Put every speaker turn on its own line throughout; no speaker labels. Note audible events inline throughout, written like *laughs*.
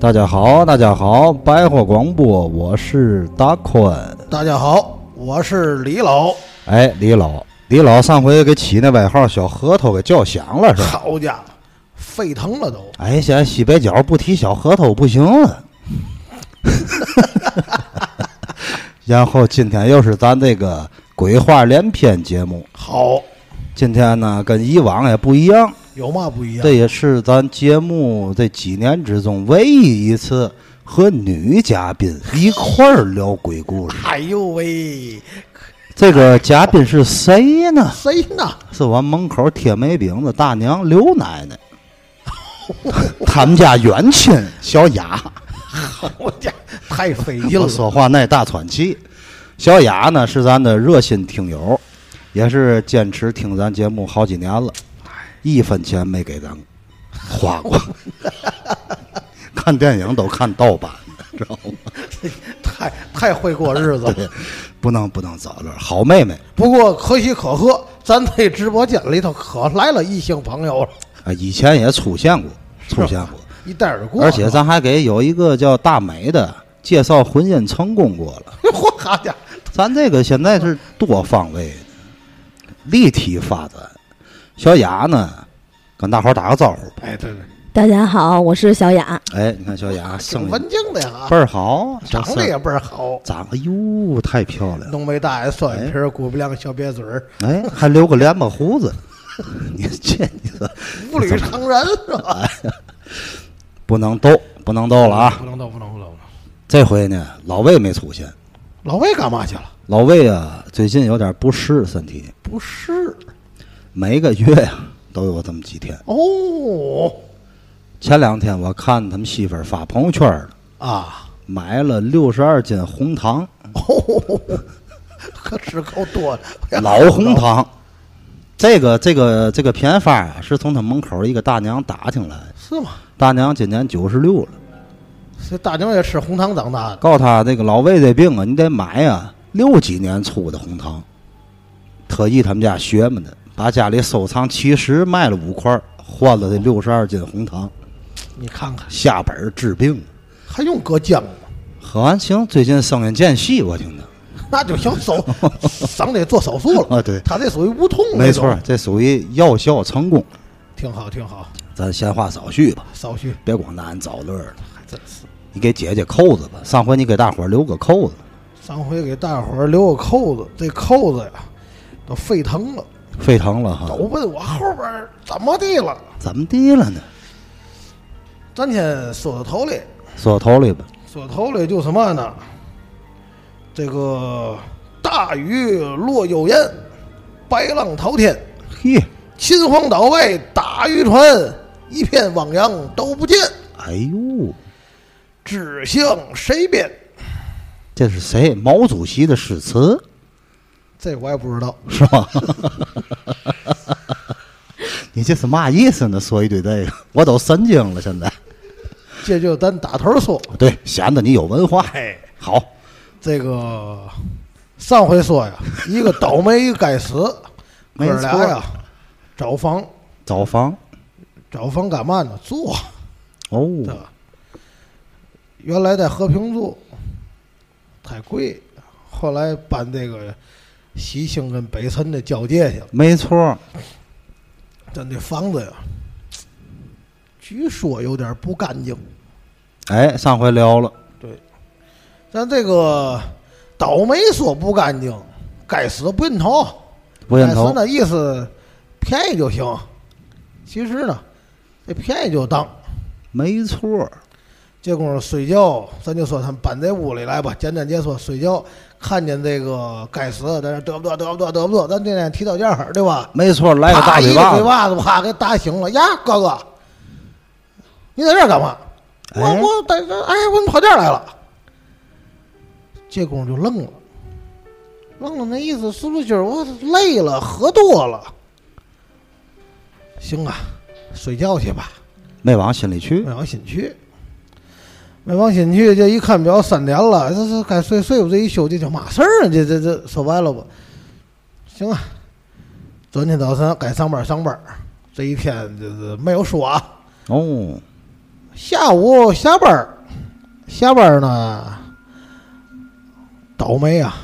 大家好，大家好，白话广播，我是大宽。
大家好，我是李老。
哎，李老，李老上回给起那外号小核桃给叫响了
*laughs*
是吧？
好家伙，沸腾了都！
哎，现在西北角不提小核桃不行了。 *laughs* 然后今天又是咱这个鬼话连篇节目，
好，
今天呢跟以往也不一样，
有嘛不一样？
这也是咱节目这几年之中唯一一次和女嘉宾一块儿聊鬼故事。
哎呦喂，
这个嘉宾是谁呢？
谁呢？
是我门口贴煤饼子大娘刘奶奶，他们家远亲小雅，
好家伙，太费劲
我
了。
说话那大喘气。小雅呢是咱的热心听友，也是坚持听咱节目好几年了，一分钱没给咱花过。 *laughs* 看电影都看盗版的，知道吗？
太太会过日子
对
了。
不能不能早点，好妹妹
不过可喜可贺，咱这直播间里头可来了异性朋友了，
啊，以前也出现过，出现过。
一带而过。
而且
*laughs* 是吧，
咱还给有一个叫大美的介绍婚姻成功过了。
嚯好家伙，
咱这个现在是多方位的、立体发展。小雅呢，跟大伙儿打个招呼吧。
哎，对对，
大家好，我是小雅。
哎，你看小雅声
挺
音
文静的呀
倍，儿好，
啊长
这
得也倍儿好，
长得哟太漂亮了，
浓眉大眼双眼皮儿，鼓不亮小瘪嘴儿，
哎，还留个连巴胡子。 *laughs* 你这你说
步履长人是吧？
不能逗，不能逗了啊！
不能动，不能动，不能动。
这回呢，老魏没出现。
老魏干嘛去了？
老魏啊，最近有点不适身体，
不是
每个月呀、都有这么几天。
哦
前两天我看他们媳妇儿发朋友圈了，
啊，
买了六十二斤红 *laughs* 糖，
哦 *laughs* 可吃够多的。
老红糖。这个这个这个偏方啊，是从他门口一个大娘打听来的。
是吗？
大娘今年九十六了，
这大娘也吃红糖长大的，
告诉她这个老魏这病啊，你得买呀、六几年出的红糖。特意他们家学嘛的，把家里收藏七十卖了五块儿，换了这六十二斤红糖，
你看看
下本儿治病。
还用搁姜吗？
喝完行，最近声音渐细，我听着。
那就想
*laughs*
手嗓子也做手术了
啊对
他这属于无痛那种，
没错，这属于药效成功。
挺好挺好。
咱闲话少叙吧，
少许
别光拿俺找乐儿了。
还真是，
你给姐姐扣子吧，上回你给大伙儿留个扣子，
上回给大伙儿留个扣子，这扣子呀都沸腾了，
沸腾了
都
哈。
问我后边儿怎么地了。
怎么地了呢？
咱先说到头里，
说头里吧，
说头里就什么呢？这个大雨落幽烟，白浪滔天，
嘿，
秦皇岛外打渔船，一片汪洋都不见，
哎呦，
只向谁边？
这是谁？毛主席的诗词
这我也不知道，
是吧？ *laughs* 你这是嘛意思呢？说一堆这个，我都神经了。现在，哦
这就咱打头说。
对，显得你有文化。
哎，
好，
这个上回说呀，一个倒霉，一个该死，哥
没错
俩呀，找房
找房
找房干嘛呢？住啊，
哦，
对吧？原来在和平住，太贵，后来搬这个西兴跟北辰的交界去了。
没错，
咱这房子呀，据说有点不干净。
哎，上回聊了，
对，咱这个倒霉说不干净，该死不认头，
不认
该死
头，
那意思便宜就行。其实呢，这便宜就当。
没错，
这功夫睡觉，咱就说他们搬这屋里来吧。简单解说，睡觉看见这个该死，在那得不得得不得得不得，咱这天提到这儿对吧？
没错，来个
啪
大
一
嘴
个
巴
嘴
子，
巴子，啪给打醒了。呀，哥哥，你在这儿干嘛？我
哎
我在这，哎，我怎么跑这儿来了？这功夫就愣了，愣了，那意思是不是就是我累了，喝多了？行啊，睡觉去吧。
没往心里去
没。往心去，没往心去。这一看表，三点了，这这该睡睡吧。这一宿这叫嘛事儿啊？这这这说白了吧？行啊，昨天早晨该上班上班，这一天这这没有说啊。
哦，
下午下班儿，下班儿呢，倒霉啊，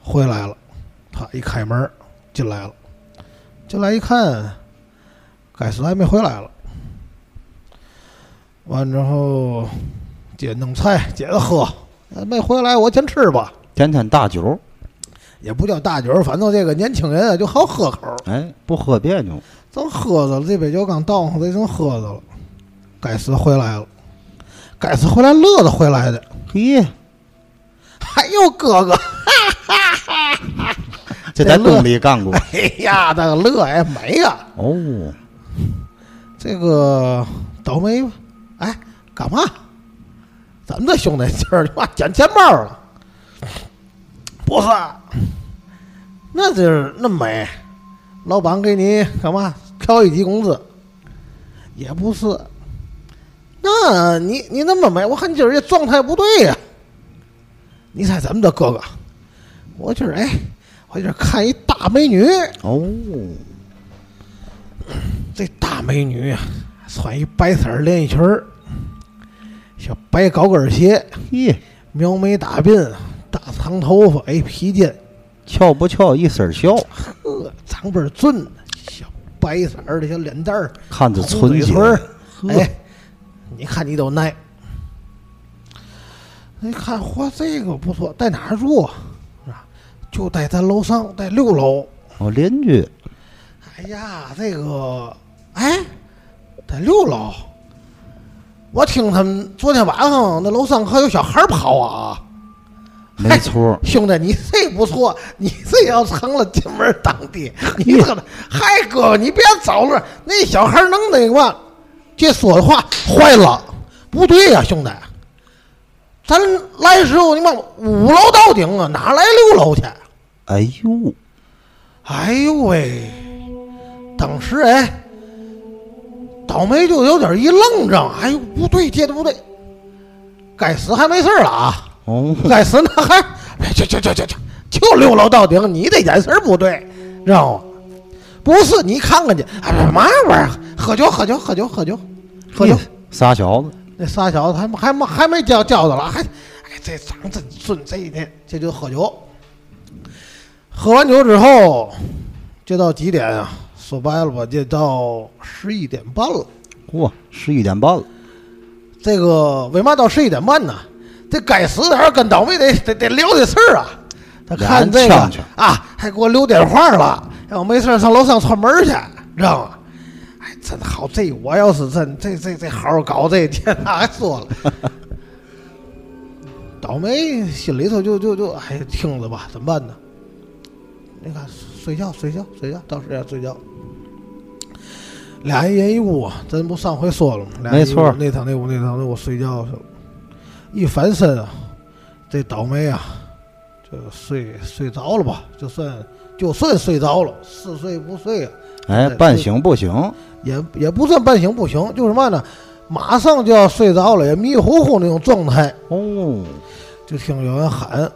回来了。他一开门儿进来了，进来一看，该死还没回来了。完之后，姐弄菜，接着喝，呃没回来我先吃吧，
天天大酒，
也不叫大酒，反正这个年轻人啊就好喝口儿。
哎，不喝别扭，
正喝着了，这杯酒刚倒上，这正喝着了，该死回来了，该死回来乐着回来的，
嘿，
还有哥哥，
这在东里干
*laughs*
过
哎呀，那个乐哎美呀，
哦，
这个倒霉吧，哎，干嘛？咱们这兄弟今儿他妈捡钱包了，不是？那就是那美，老板给你干嘛调一级工资？也不是，那你你那么美，我看你今儿这状态不对呀、你猜怎么的，哥哥？我今儿哎，我今儿看一大美女，
哦，
这大美女啊，穿一白色儿连衣裙儿，小白高跟鞋，
嘿，
描眉打鬓，大长头发，哎，披肩，
翘不翘一身笑，
呵，长倍儿俊，小白色儿的小脸蛋儿，
看着
红
纯
嘴
洁
唇，儿，
呵
哎，你看你都耐。一看，嚯，这个不错，在哪儿住啊？是吧就在咱楼上，在六楼。
我哦邻居，
哎呀，这个，哎，在六楼，我听他们昨天晚上那楼上还有小孩儿跑啊。
没
*laughs*
错，
兄弟，你这不错，你这要成了金门当地，你可能，嗨哥哥，你别走了，那小孩能那个嘛？这说的话坏了，不对呀、兄弟，咱来时候你妈五楼到顶啊，哪来六楼去？
哎呦，
哎呦喂，当时哎，倒霉就有点一愣怔，哎呦不对，这的不对，该死还没事儿了啊。
哦，
该死那还去去去去去，就六楼到顶，你这眼神儿不对，知道吗？不是你看看去，哎，嘛玩意儿？喝酒喝酒喝酒喝酒喝酒
嘿！傻小子，
那仨小子还没还没还没叫叫着了，还哎这长真顺，这一天这就喝酒。喝完酒之后，这到几点啊？说白了吧，这到十一点半了。
嚯，十一点半了，
这个为嘛到十一点半呢？这该死的还是跟倒霉得得得聊这事儿啊！他看这个
俩人呛呛
啊，还给我留电话了，让我没事儿上楼上串门儿去，知道吗？哎，真好，这我要是真这这这好好搞这天哪，还说了，倒霉心里头就就就哎听着吧，怎么办呢？你看睡觉睡觉睡觉，到时间睡觉。俩人一人一屋，啊咱不上回说了吗？俩人一屋
没错
那趟那屋那趟那屋睡觉去了，一翻身啊，这倒霉啊，就睡睡着了吧？就算就算睡着了，似睡不睡啊，
哎，半醒不醒，
也也不算半醒不醒，就是嘛呢，马上就要睡着了，也迷迷糊糊那种状态，
哦，
就听有人喊：“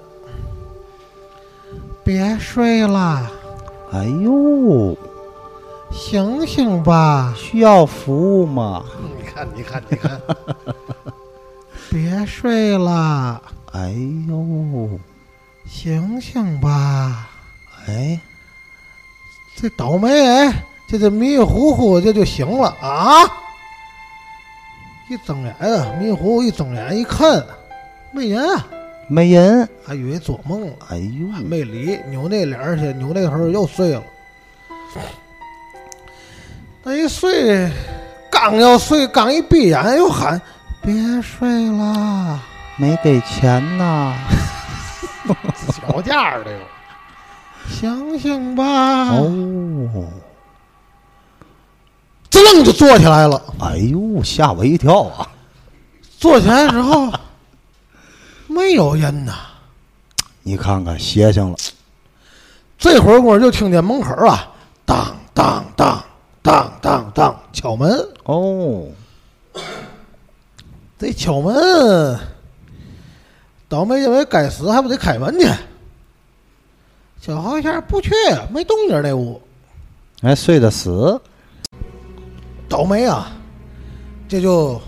别睡了，
哎呦，
醒醒吧！”
需要服务吗？
*laughs* 你看，你看，你看， *laughs* 别睡了，
哎呦，
醒醒吧！
哎，
这倒霉哎，这这迷迷糊糊这就醒了啊！一睁眼啊，迷迷糊糊一睁眼一看，没人啊，
没人，
还以为做梦了，
哎呦，
没理，扭那脸儿去，扭那头儿又睡了。那一睡，刚要睡，刚一闭眼又喊：“别睡啦！”
没给钱呐，
小价儿的 *laughs* 哟。醒醒吧！
哦。
支楞就坐起来了。
哎呦，吓我一跳啊！
坐起来之后，没有人呐。
你看看，邪性了，
这会儿功夫就听见门口啊，当当当当当当敲门。
哦，
这敲门，倒霉认为该死，还不得开门去？小豪一下不去，啊没动静儿那屋。
哎，睡得死，
倒霉啊，这就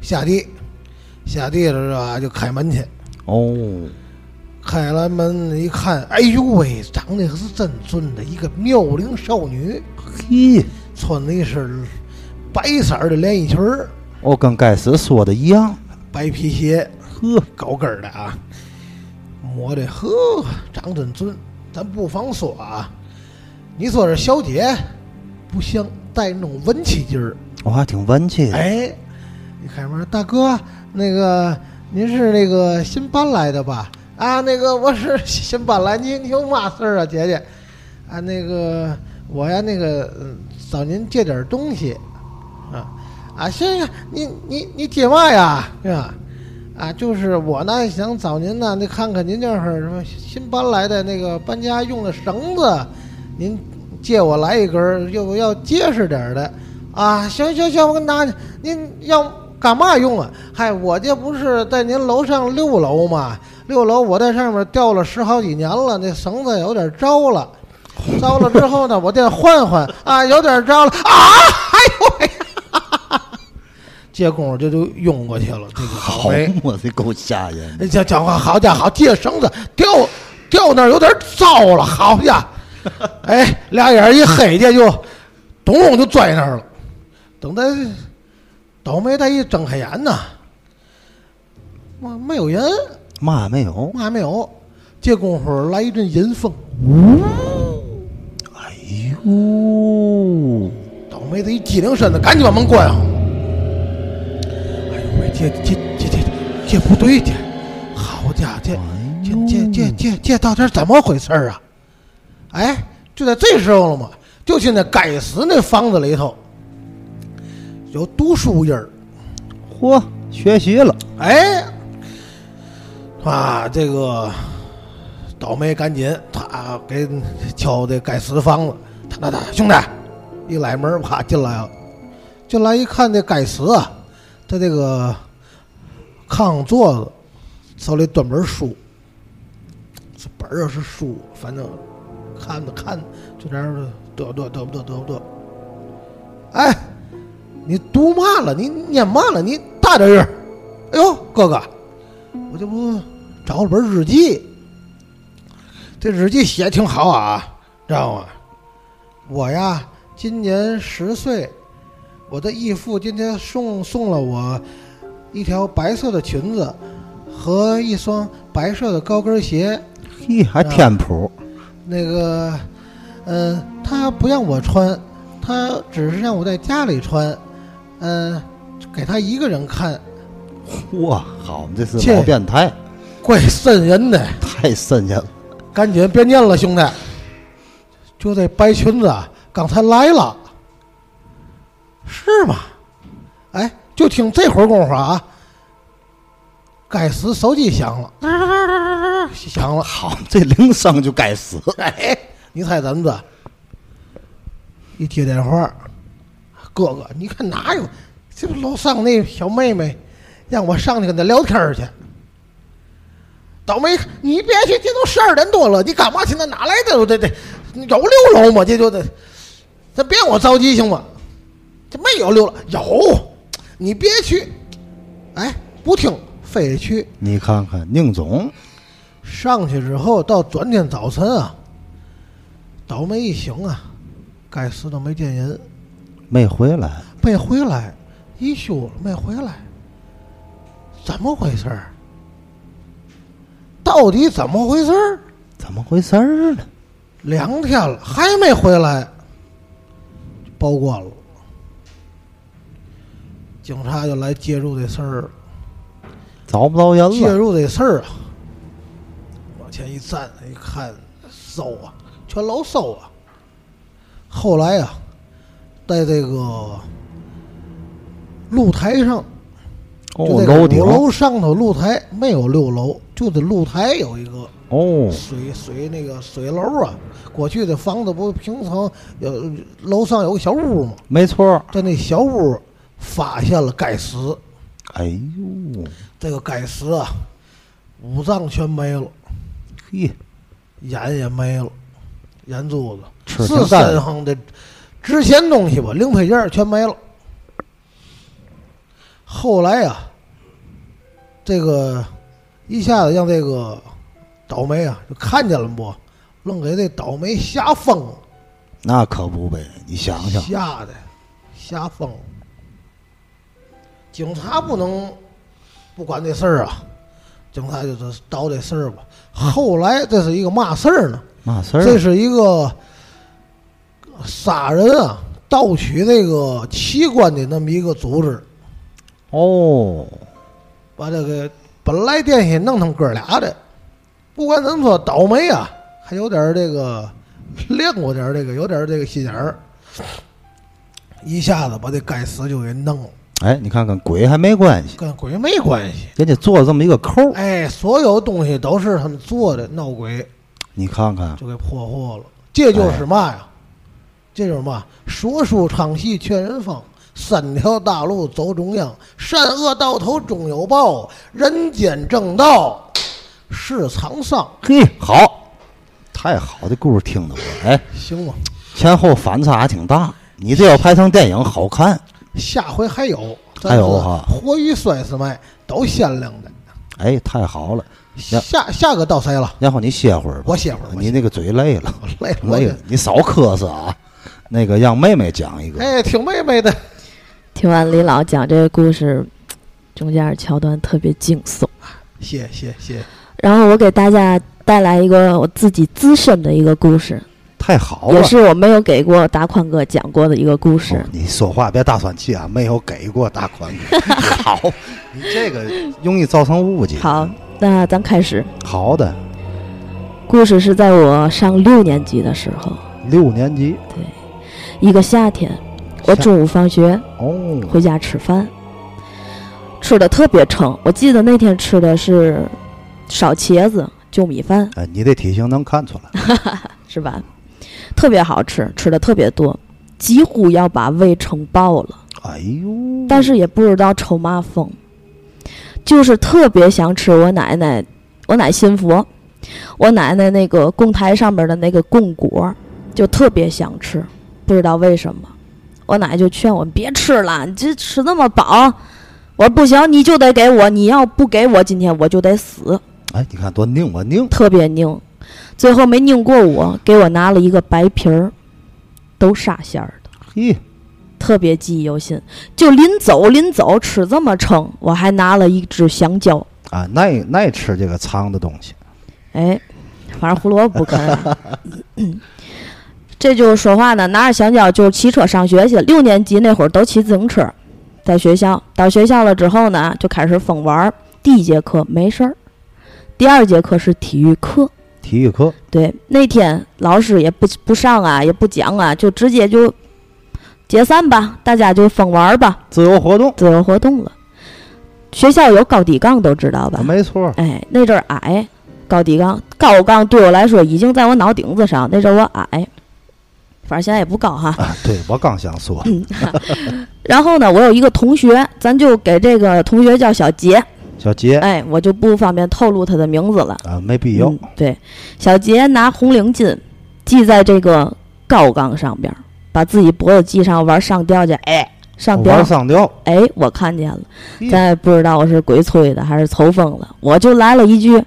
下地，下地了是吧？就开门去，
哦，
开了门一看，哎呦喂，长得可是真俊的一个妙龄少女，
嘿，
穿的一身白色儿的连衣裙儿，
我跟盖斯说的一样，
白皮鞋，
呵，
高跟儿的啊，摸的呵，长真俊。咱不妨说啊，你说这小姐不像带那种文气劲儿，
我还挺文气的，
哎，一开门，大哥，那个您是那个新搬来的吧？啊，那个我是新搬来，您你有嘛事儿啊，姐姐？啊，那个我呀，那个嗯找您借点东西，啊啊，行行，你你你借嘛呀？对吧？啊，就是我呢想找您呢，那看看您这是什么新搬来的那个搬家用的绳子，您借我来一根儿，要不要结实点儿的？啊，行行行，我给你拿去。您要干嘛用啊？嗨，我这不是在您楼上六楼吗？六楼我在上面吊了十好几年了，那绳子有点招了。糟了之后呢，我得换换啊，有点招了啊！哎呦喂， *laughs* 这功夫这就用过去了，这个
好
好没。
么的够吓人的，
哎，讲讲话，好家伙，借绳子掉掉那儿有点糟了，好家伙，哎，俩眼儿一黑的就咚咚就拽那儿了。等他倒霉，他一睁开眼呐，妈没有人，
嘛没有，
嘛没有。这功夫来一阵阴风，
哎呦，
倒霉的一激灵身子，赶紧把门关上。哎呦喂，这这这这这不对，这好家伙，这这这这这这到底是怎么回事儿啊？哎，就在这时候了嘛，就进那该死那房子里头，有读书人儿。
嚯，学习了，
哎，啊，这个倒霉，赶紧他给敲这该死的房子，他他他，兄弟，一来门啪进来了，进来一看这该死啊，他这个炕上坐着，手里端本书，这本儿啊是书，反正看着看着就在那儿嘚嘚嘚嘚嘚嘚，哎，你读嘛了？你念嘛了？你大点音儿。哎呦，哥哥，我这不找了本日记，这日记写挺好啊，知道吗？我呀，今年十岁，我的义父今天送送了我一条白色的裙子和一双白色的高跟鞋。
嘿，还天谱，
那个，呃，他不让我穿，他只是让我在家里穿，嗯、给他一个人看，
嚯，好，这是
这
老变态，
怪瘆人的。
太瘆人了，
赶紧别念了，兄弟！就这白裙子啊，刚才来了，是吗？哎，就听这会儿功夫啊，该死，手机响了， *laughs* 响了。
好，这铃声就该死，
*laughs* 哎，你猜怎么着？一接电话，哥哥，你看哪有？这不楼上那小妹妹让我上去跟她聊天儿去。倒霉，你别去，这都十二点多了，你干嘛去？那哪来的？这这有六楼吗？这就得，这别让我着急行吗？这没有六楼，有，你别去。哎，不听，非得去。
你看看宁总，
上去之后，到转天早晨啊，倒霉一醒啊，该死的没见人，
没回来，
没回来，一宿了没回来，怎么回事儿？到底怎么回事儿？
怎么回事儿呢？
两天了还没回来，报官了。警察就来介入这事儿了。
找不着人
介
了，
入这事儿啊，往前一站一看，搜啊，全楼搜啊。后来啊，在这个露台上，
哦
就，在
楼
五
顶，
楼上头露台没有六楼，就这露台有一个
哦，
水水那个水楼啊。过去的房子不平常有楼上有个小屋吗？
没错儿，
在那小屋发现了该死，
哎呦，
这个该死啊，五脏全没了。
嘿，
眼也没了，眼珠
吃
子是
挺淡
身上的值钱东西吧，零配件儿全没了。后来呀、这个一下子让这个倒霉啊就看见了不，愣给这倒霉吓疯了。
那可不呗，你想想，
吓得吓疯了。警察不能不管这事儿啊，警察就是找这事儿吧。后来这是一个嘛事儿呢？
嘛事
这
儿？啊
是一个杀人啊、盗取这个器官的那么一个组织，
哦，
把这个本来电信弄成哥俩的，不管怎么说倒霉啊，还有点儿这个练过点儿这个，有点儿这个心眼儿，一下子把这该死就给弄了，
哎，你看看鬼还没关系，
跟鬼没关系。
人家做了这么一个抠儿，
哎，所有东西都是他们做的，闹鬼
你看看，
就给破获了。这就是嘛呀？这就是嘛？说书唱戏劝人方，三条大路走中央，善恶到头终有报，人间正道是沧桑，
嘿，好，太好，这故事听的我，哎，
行吗？
前后反差还挺大。你这要拍成电影好看，
下回还有，咱
还有啊
说
哈
活鱼摔死麦都限量的。
哎，太好了。呀
下下个到谁了？
然后你歇会儿吧，
我歇会儿我
你那个嘴累了，
我累了，我
累了，你少咳嗽啊。那个让妹妹讲一个，
哎，挺妹妹的。
听完李老讲这个故事，中间桥段特别惊悚。
谢谢谢谢，
然后我给大家带来一个我自己自身的一个故事，
太好了
也。是我没有给过大宽哥讲过的一个故事
哦。你说话别大喘气啊，没有给过大
*laughs*
款。好，你这个容易造成误解。
好，那咱开始。
好的，
故事是在我上六年级的时候，
六年级
一个夏天，我中午放学
哦，
回家吃饭，吃的特别撑。我记得那天吃的是烧茄子、就米饭，
哎，你这体型能看
*laughs*
出来，
是吧？特别好吃，吃的特别多，几乎要把胃撑爆了。
哎呦，
但是也不知道抽嘛风，就是特别想吃我奶奶，我奶信佛，我奶奶那个供台上面的那个供果，就特别想吃，不知道为什么，我奶就劝我别吃了，你这吃那么饱，我说不行，你就得给我，你要不给我，今天我就得死，
哎，你看多拧啊拧，
特别拧，最后没拧过我，给我拿了一个白皮儿，都沙馅儿的。
嘿，
特别记忆犹新。就临走临走吃这么撑，我还拿了一只香蕉，
啊，爱爱吃这个长的东西，
哎，反正胡萝卜不啃啊。嗯 *laughs* 这就是说话呢，拿着香蕉就骑车上学去了。六年级那会儿都骑自行车，在学校到学校了之后呢，就开始疯玩儿。第一节课没事儿，第二节课是体育课。
体育课
对，那天老师也不不上啊，也不讲啊，就直接就解散吧，大家就疯玩儿吧。
自由活动，
自由活动了。学校有高低杠都知道吧？
没错，
哎，那阵儿矮，高低杠，高杠对我来说已经在我脑顶子上。那阵儿我矮，反正现在也不高哈。
啊，对我刚想说，
嗯然后呢，我有一个同学，咱就给这个同学叫小杰，
小杰
哎，我就不方便透露他的名字了。
啊，没必要
嗯，对，小杰拿红领巾系在这个高杠上边儿，把自己脖子系上，玩上吊去。哎，上吊
玩，上吊，
哎，我看见了。
嘿
咱也不知道我是鬼吹的还是抽风了，我就来了一句：“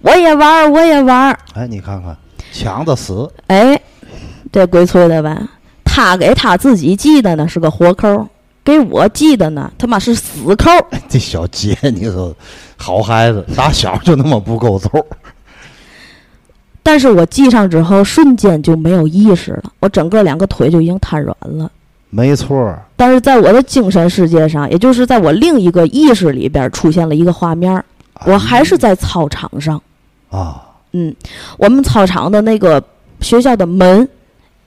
我也玩儿，我也玩儿。
哎，你看看，抢着死，” *laughs*
哎，这鬼吹的吧？他给他自己系的呢是个活扣，给我系的呢他妈是死扣。
这小杰，你说好孩子，打小就那么不够揍，
但是我系上之后，瞬间就没有意识了，我整个两个腿就已经瘫软了。
没错，
但是在我的精神世界上，也就是在我另一个意识里边，出现了一个画面儿，我还是在操场上。
哎啊，
嗯，我们操场的那个学校的门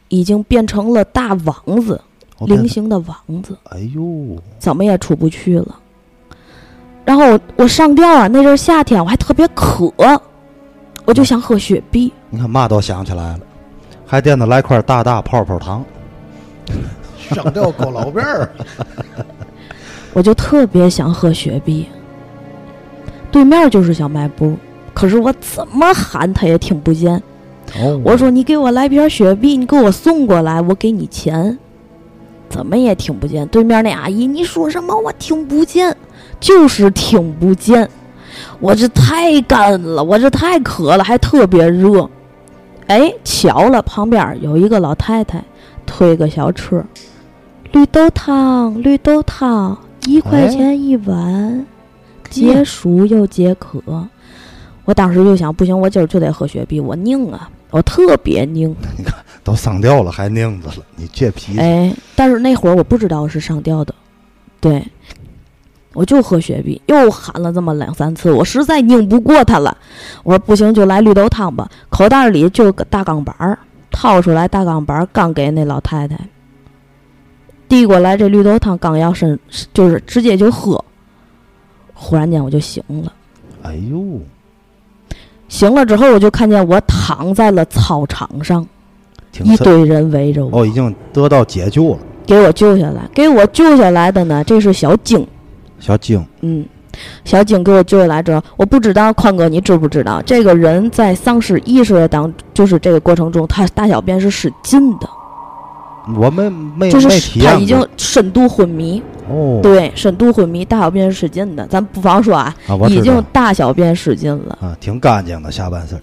已经变成了大网子，
我跟
菱形的网子，
哎呦，
怎么也出不去了。然后我我上吊啊，那阵儿夏天我还特别渴，我就想喝雪碧。
你看嘛都想起来了，还惦着来块大大泡泡糖，
省掉狗老辫儿。 *laughs*
我就特别想喝雪碧。对面就是小卖部，可是我怎么喊他也听不见。
哦，
我说你给我来瓶雪碧，你给我送过来，我给你钱。怎么也听不见。对面那阿姨，你说什么我听不见，就是听不见。我这太干了，我这太渴了，还特别热。哎，巧了，旁边有一个老太太推个小车，绿豆汤，绿豆汤，一块钱一碗，解暑又解渴。我当时就想，不行，我今儿就得喝雪碧，我拧啊，我特别拧。
都上吊了还拧着了，你这脾气，
哎，但是那会儿我不知道是上吊的，对，我就喝雪碧，又喊了这么两三次，我实在拧不过他了，我说不行，就来绿豆汤吧。口袋里就个大钢板儿，掏出来大钢板儿，刚给那老太太递过来，这绿豆汤刚要伸，就是直接就喝，忽然间我就醒了。
哎呦，
醒了之后，我就看见我躺在了操场上，
挺
一
深
堆人围着我。
哦，已经得到解救了，
给我救下来，给我救下来的呢，这是小景，
小静，
嗯，小景给我救下来之后，我不知道宽哥你知不知道，这个人在丧失意识的当，就是这个过程中，他大小便是使劲的，
我们没
就是
没体
他
验
已
过
经深度昏迷，
哦，
对，深度昏迷，大小便是使劲的，咱不妨说啊，
啊，我
已
知
经
道
大小便使劲了。
啊，挺干净的下半身，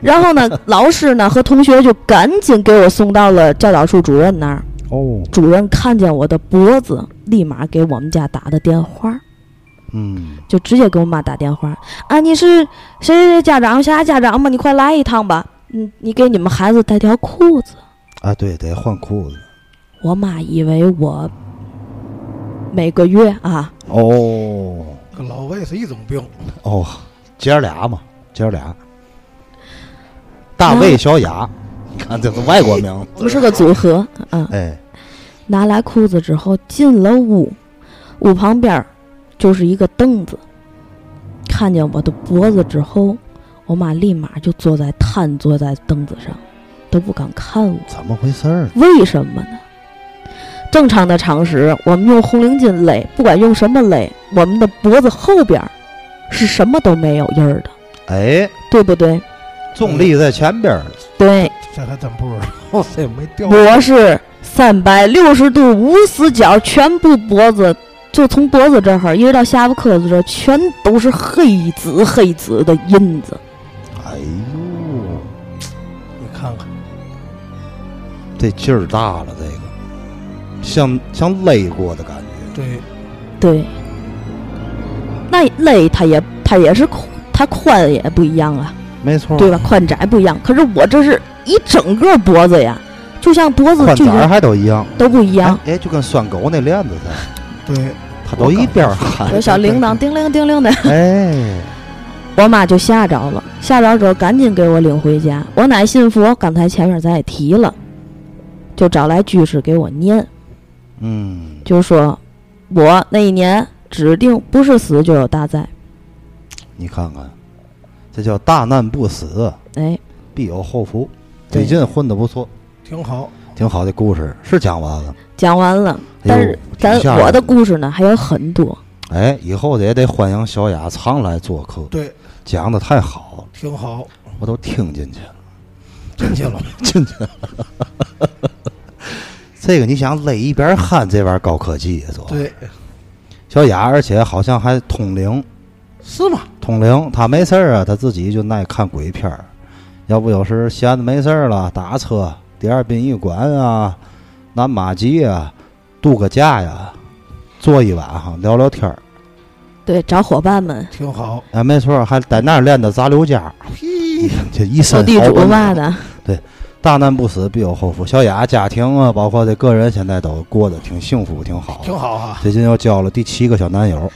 然后呢， *laughs* 老师呢和同学就赶紧给我送到了教导处主任那儿，
哦，
主任看见我的脖子，立马给我们家打的电话。
嗯，
就直接给我妈打电话啊，你是谁谁谁家长，谁家家长吗？你快来一趟吧，嗯，你给你们孩子带条裤子。
啊，对，得换裤子，
我妈以为我每个月啊，
哦
跟老魏是一种病。
哦，姐儿俩嘛，姐儿俩，大卫小雅，你看这是外国名
我
字，
们是个组合啊，
哎，
拿来裤子之后进了屋，屋旁边儿就是一个凳子，看见我的脖子之后，我妈立马就坐在瘫坐在凳子上，都不敢看我。
怎么回事儿？
为什么呢？正常的常识，我们用红领巾勒，不管用什么勒，我们的脖子后边儿是什么都没有印儿的，
哎，
对不对？
重力在前边儿，
对，
这还真不知 *laughs* 道，这没掉过。
我是三百六十度无死角，全部脖子就从脖子这儿一直到下巴颏子这儿，全都是黑紫黑紫的印子。
哎呦，
你看看，
这劲儿大了，这个像像勒过的感觉，
对，
对，那勒它也它也是宽它宽也不一样啊。
没错
对吧？宽窄不一样，可是我这是一整个脖子呀，就像脖子
宽
就
窄儿
是
还都一样，
都不一样。
哎，哎就跟拴狗那链子似的，
对，
它都一边儿喊，
有小铃铛叮铃叮铃的，
哎， *laughs*
我妈就吓着了，吓着之后赶紧给我领回家。我奶信佛，刚才前面咱也提了，就找来居士给我念，
嗯，
就说我那一年指定不是死就有大灾，
你看看，这叫大难不死，
哎，
必有后福。
对
最近混的不错，
挺好。
挺好的故事是讲完了。
讲完了。但
哎
是
呦
咱
挺吓人
我的故事呢还有很多，
哎，以后也得欢迎小雅常来做客，
对，
讲的太好了，
挺好，
我都听进去了，
进去了。
*laughs* 进去了。这个你想勒一边汗，这玩意儿高科技呀，是吧？
对，
小雅，而且好像还通灵，
是吗？
通灵，她没事儿啊，她自己就爱看鬼片儿，要不有时闲着没事儿了，打车第二殡仪馆啊，南马集啊，度个假呀，坐一晚哈，聊聊天儿。
对，找伙伴们、
挺好。
啊，没错，还在那儿练的杂流家，
屁，
这一
小
身
地
豪
主
奔
嘛，的， *laughs*
大难不死必有后福。小雅家庭啊，包括这个人，现在都过得挺幸福，挺好。
挺好
*laughs*
啊。
最近又交了第七个小男友，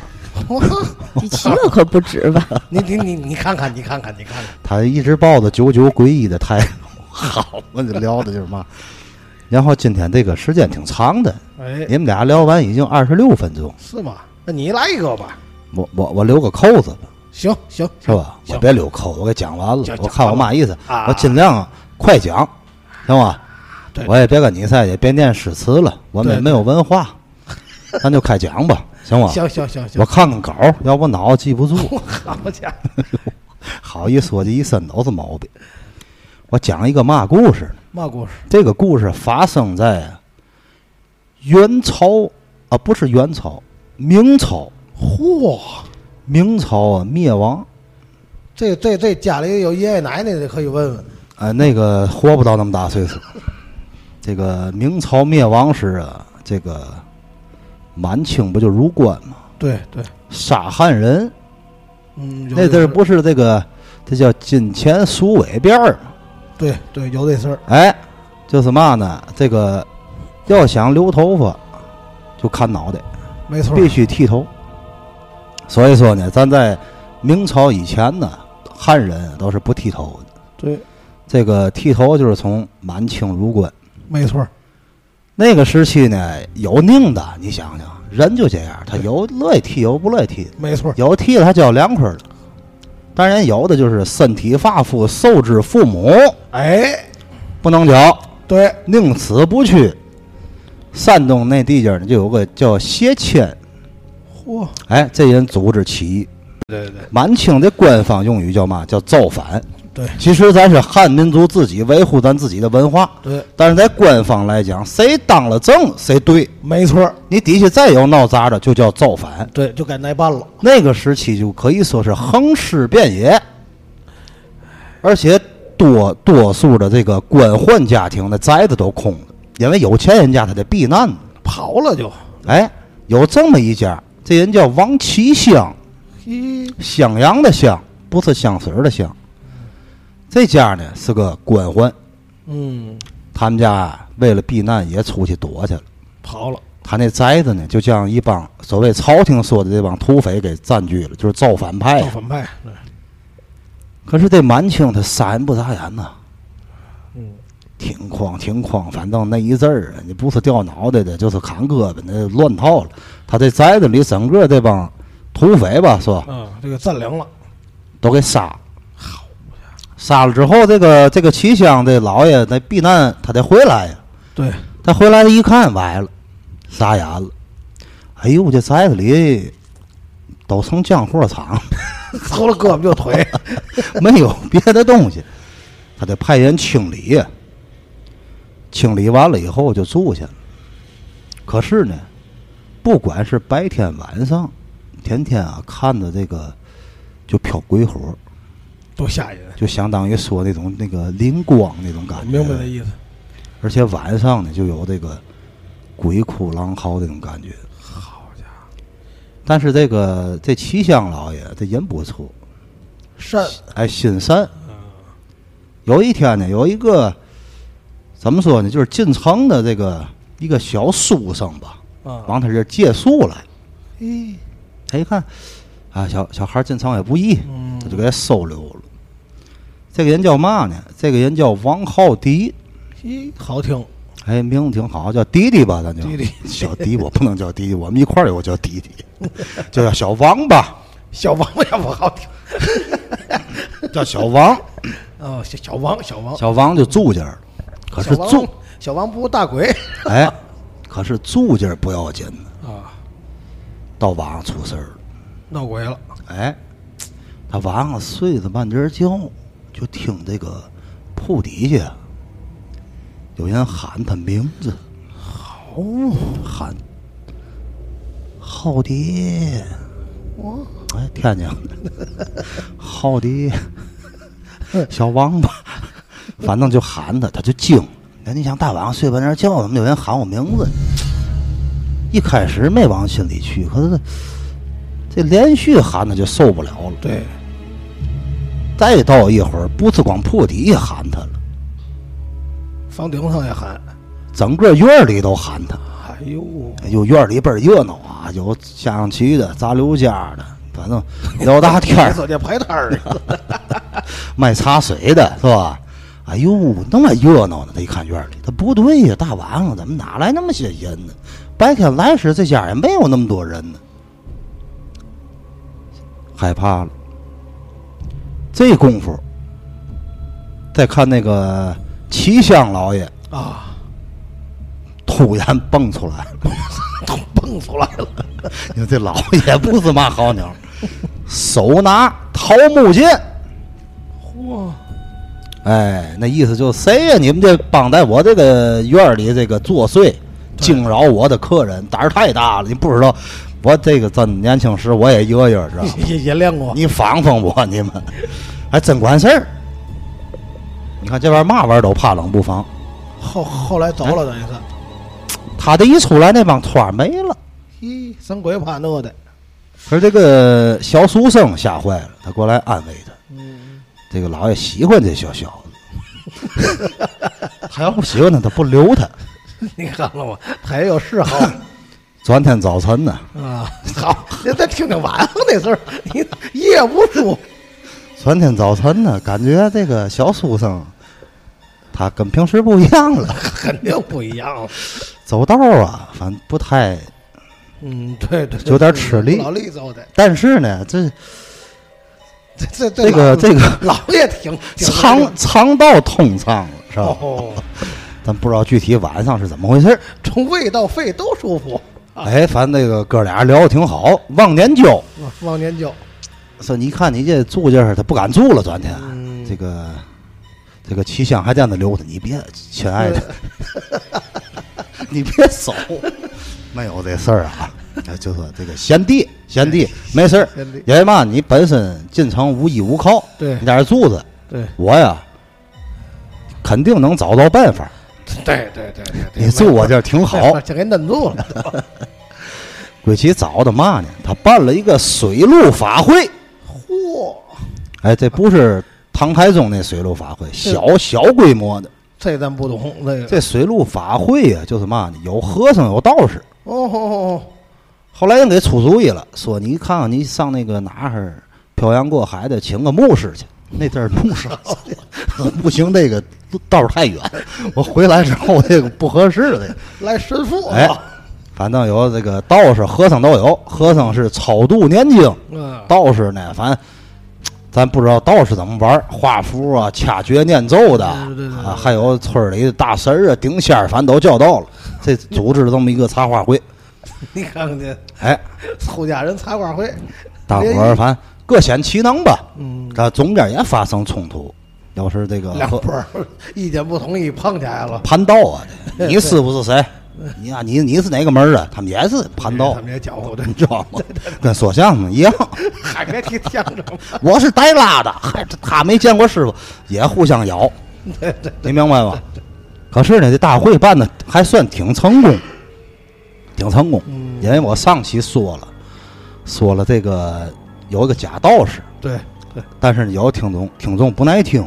第七个可不止吧？
*laughs* 你你你你看看，你看看，你看看，
他一直抱着九九归一的态度， *laughs* 好嘛，这聊的就是嘛。然后今天这个时间挺长的，
哎，
你们俩聊完已经二十六分钟，
是吗？那你来一个吧。
我我我留个扣子吧，
行行，
是吧？
行
我别留扣，我给讲完了
讲，
我看我嘛意思，
啊，
我尽量快讲，行吧？
对
我也别跟你赛，也别念诗词了，我们也
对
没有文化，咱就开讲吧，行吧？
行行行
我
行，
看看稿，要不脑子记不住，
*laughs* 好家伙，
好一说这一身都是毛病。我讲一个嘛故事呢？
嘛故事？
这个故事发生在元朝啊，不是元朝，明朝，
嚯，
明朝啊灭亡，
这这这家里有爷爷奶奶的可以问问。
啊，那个活不到那么大岁数。这个明朝灭亡时啊，这个满清不就入关吗？
对对，
杀汉人，
嗯，有
那阵
事
儿
儿
不是这个，这叫金钱赎伪辫儿吗？
对对，有这事儿。
哎，就是嘛呢？这个要想留头发，就砍脑袋，
没错儿，
必须剃头。所以说呢，咱在明朝以前呢，汉人都是不剃头的。
对，
这个剃头就是从满清入关
没错儿，
那个时期呢，有宁的，你想想，人就这样，他有乐意剃，有不乐意剃，
没错儿，
有剃了他叫凉快儿了。当然，有的就是身体发肤受之父母，
哎，
不能绞。
对，
宁死不屈。山东那地界儿呢，就有个叫谢谦，
嚯，
哎，这人组织起义。
对对
满清的官方用语叫嘛？叫造反。
对
其实咱是汉民族自己维护咱自己的文化，
对，
但是在官方来讲，谁当了政谁对。
没错儿，
你底下再有闹砸的，就叫造反。
对，就该挨办了。
那个时期就可以说是横尸遍野，而且多多数的这个官宦家庭的宅子都空了，因为有钱人家他得避难嘛
跑了就，
哎，有这么一家，这人叫王其香，
咦，
襄阳的襄，不是香水儿的香。这家呢是个官宦，
嗯，
他们家啊为了避难也出去躲去了。
跑了，
他那宅子呢，就将一帮所谓朝廷说的这帮土匪给占据了，就是造反派
造
啊。
反派，哎对
可是这满清他杀人不眨眼呐、
嗯，
挺狂挺狂，反正那一阵儿啊，你不是掉脑袋的，就是砍胳膊，那乱套了。他这宅子里整个这帮土匪吧，说
嗯，这个占领了，
都给杀了。杀了之后，这个这个齐香这老爷那避难，他得回来呀。
*laughs* 对，
他回来一看，完了，傻眼了。哎呦，这宅子里都成浆货场，
除了胳膊就腿，
*laughs* 没有别的东西。他得派人清理呀。清理完了以后就住下了。可是呢，不管是白天晚上，天天啊看着这个就飘鬼火。
*laughs* 多吓人，
就相当于说那种那个灵光那种感
我
觉，
明白这意思。
而且晚上呢，就有这个鬼哭狼嚎这种感觉。
好家伙，
但是这个这齐香老爷这人不错，
善，
哎，心善。
嗯，
有一天呢，有一个怎么说呢，就是进城的这个一个小书生吧，
啊，
往他这儿借宿来。
咦，
他一看，啊，小小孩进城也不易，
嗯
他就给他收留了。这个人叫嘛呢？这个人叫王浩迪。
咦，好听，
哎，名字挺好，叫迪迪吧，咱就
迪迪
小迪，我不能 *laughs* 叫迪迪，我们一块儿有个叫迪迪，就叫小王吧，
小王也不好听，
叫小
*laughs*
王，
哦，小小王，小王，
小王就住家了。可是
小王
住，
小王不大鬼 *laughs*
哎，可是住家不要紧呢，
啊，
到晚上出事儿了。
闹鬼了，
哎，他晚上睡着半截儿觉，就听这个铺底下啊有人喊他名字，
哦，
喊浩迪，
我
哎，天津，浩
*laughs*
迪，小王八，反正就喊他，他就惊。哎，你想大晚上睡半截觉，怎么有人喊我名字？一开始没往心里去，可是这连续喊他就受不了了。
对，
再到一会儿，不是光铺底下喊他了，
房顶上也喊，
整个院儿里都喊他。
哎呦，
哎呦，院儿里倍儿热闹啊，有下象棋的、砸刘家的，反正聊大天儿
白。色这排摊儿，
卖茶水的是吧？哎呦，那么热闹呢！他一看院里，他不对呀，大晚上怎么哪来那么些人呢？白天来时这家也没有那么多人呢。害怕了，这功夫，再看那个齐相老爷
*laughs* 啊，
突然蹦出
*laughs*
来了，
都蹦出来了，
*laughs* 你说这老爷不是嘛好鸟，手拿桃木剑。
嚯，
哎，那意思就是谁呀、你们这帮在我这个院儿里这个作祟，惊扰我的客人，胆儿太大了。你不知道，我这个真年轻时我也爷爷
*laughs*
知道吗？
也也练过，
你防防我，你们还真管事儿。你看这玩意儿嘛玩意儿都怕冷不防，
后后来走了等于是。
他这一出来，那帮团没了。
咦，神鬼怕那的，
可是这个小书生吓坏了，他过来安慰他。
嗯，
这个老爷喜欢这小小子，他要不喜欢他，他不留他。
*laughs* 你看了吗？还有嗜好
转天早晨呢，
*laughs* 啊， *laughs* 好，你再听听晚上那 *laughs* 事儿，你一夜无书，
转天早晨呢，感觉这个小书生他跟平时不一样了，
肯定不一样了。
走道儿啊，反正不太。
嗯，对对，对
有点吃力
老力走的，
但是呢，这
这
这
这
个
老
这个
老也挺挺
肠肠道通畅了，是吧？
哦，
咱不知道具体晚上是怎么回事儿。
从胃到肺都舒服。
哎，反正这个哥俩聊的挺好，忘年交。
啊忘年交，
说你看你这住这儿，他不敢住了，转天、
嗯
这个这个七香还在那留着，你别，亲爱
*laughs*
的，你别走，没有这事儿啊。哎就说这个贤弟，贤弟没事儿
贤弟，
因为嘛，你本身进城无依无靠，
对
你在这儿住着，
对
我呀肯定能找到办法。
对对对对，对
你住我这儿挺好，
*laughs* 先给摁住了。
鬼奇找的嘛呢？他办了一个水陆法会。
嚯，
哎，这不是唐太宗那水陆法会，小小规模的。
这咱不懂这个。
这水陆法会呀、就是嘛呢，有和尚有道士。
哦哦哦，
后来人给出主意了，说你看看你上那个哪儿漂洋过海的，请个牧师去。那地儿牧师 *laughs* 不行，这个道儿太远，我回来之后这个不合适的。
来神父
哎
啊，，
反正有这个道士、和尚都有，和尚是超度念经，
嗯，
道士呢，反正咱不知道道士怎么玩儿，画符啊、掐诀念咒的
对对对对
啊，还有村儿里的大神儿啊、顶仙儿，反正都叫到了。这
*laughs*
组织了这么一个茶话会，
*laughs* 你看看这
哎，
凑家人茶话会，
大伙儿反正各显其能吧。
嗯，
但中间也发生冲突，要是这个
两
和
拨儿意见不统一碰起来了，
盘道
*laughs*
啊，这你是不是谁？你呀、你你是哪个门儿的？他们也是盘道
他，们也搅和的
*laughs* 你，知道吗？跟说相声一样。
*laughs* 还别提相声
*laughs*
了。
我是带拉的，嗨，这他没见过师傅，也互相咬，你明白吗？可是呢，这大会办的还算挺成功，挺成功，因为我上期说了，说了这个有一个假道士，
对对，
但是呢有听众听众不耐听，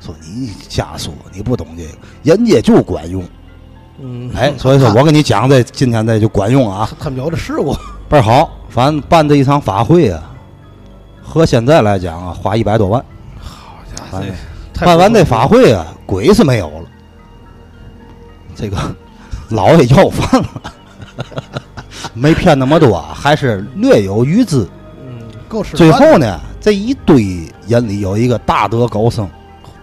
说你瞎说，你不懂这个，人家就管用，
嗯，
哎，所以说我给你讲这今天这就管用啊，
他们有的试过，
倍儿好，反正办这一场法会啊，和现在来讲啊，花一百多万。
好家伙
反正，
哎太
哎办完
不容
这
易
法会啊，鬼是没有了，这个 *laughs* 老爷要饭了，没骗那么多，啊，还是略有余资。
嗯，够吃
最
饭的
后呢，这一堆人里有一个大德高僧，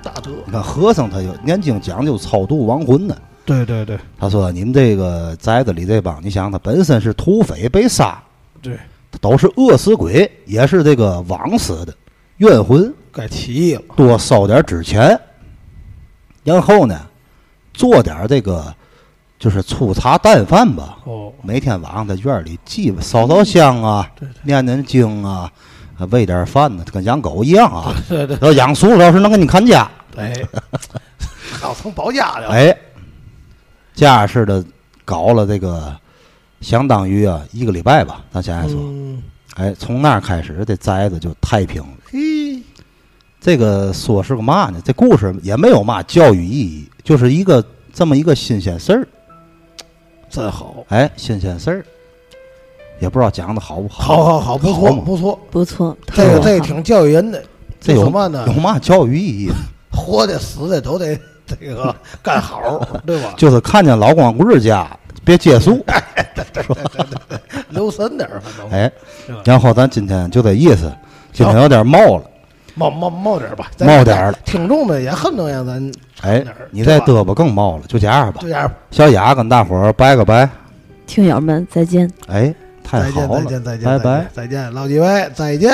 大德，
你看和尚他有念经讲究超度亡魂呢。
对对对
他说：“你们这个宅子里这帮，你想他本身是土匪被杀，
对，
他都是饿死鬼，也是这个枉死的冤魂。”
该起义了，
多烧点纸钱，然后呢，做点这个就是粗茶淡饭吧。
哦，
每天晚上在院里祭烧烧香啊
嗯对对，
念念经啊，啊喂点饭呢，跟养狗一样啊。
对对，
要养熟了，要是能给你看家，
哎， *laughs* 好成保家了，
哎，架势的搞了这个，相当于啊一个礼拜吧，咱现在说，
嗯，
哎，从那儿开始这宅子就太平了。
嘿，
这个说是个嘛呢？这故事也没有嘛教育意义，就是一个这么一个新鲜事儿。
真好，
哎，新鲜事儿，也不知道讲的好不好。
好好好，不
好
错
嘛
不错，
*laughs*
不错，
这
特
个
别
这个
好
挺教育人的，
这
什
有
么呢
有？嘛教育意义？
活的死的都得 *laughs* 这
*laughs*
个干好，对吧？
就是看见老光棍儿家别借
*laughs*
宿。
留神点儿，反正
哎
是吧，
然后咱今天就这意思，今天有点冒了。
冒冒冒点儿吧，咱
冒点儿了
听众们也恨不得让咱
哎
点儿，
你再
对吧
嘚吧更冒了，就这样吧
这。样，
小雅跟大伙儿拜个拜。
听友们再见。
哎，太
再见
好
再
了
见再，见，
拜
再见
拜。
再见，老几位再见。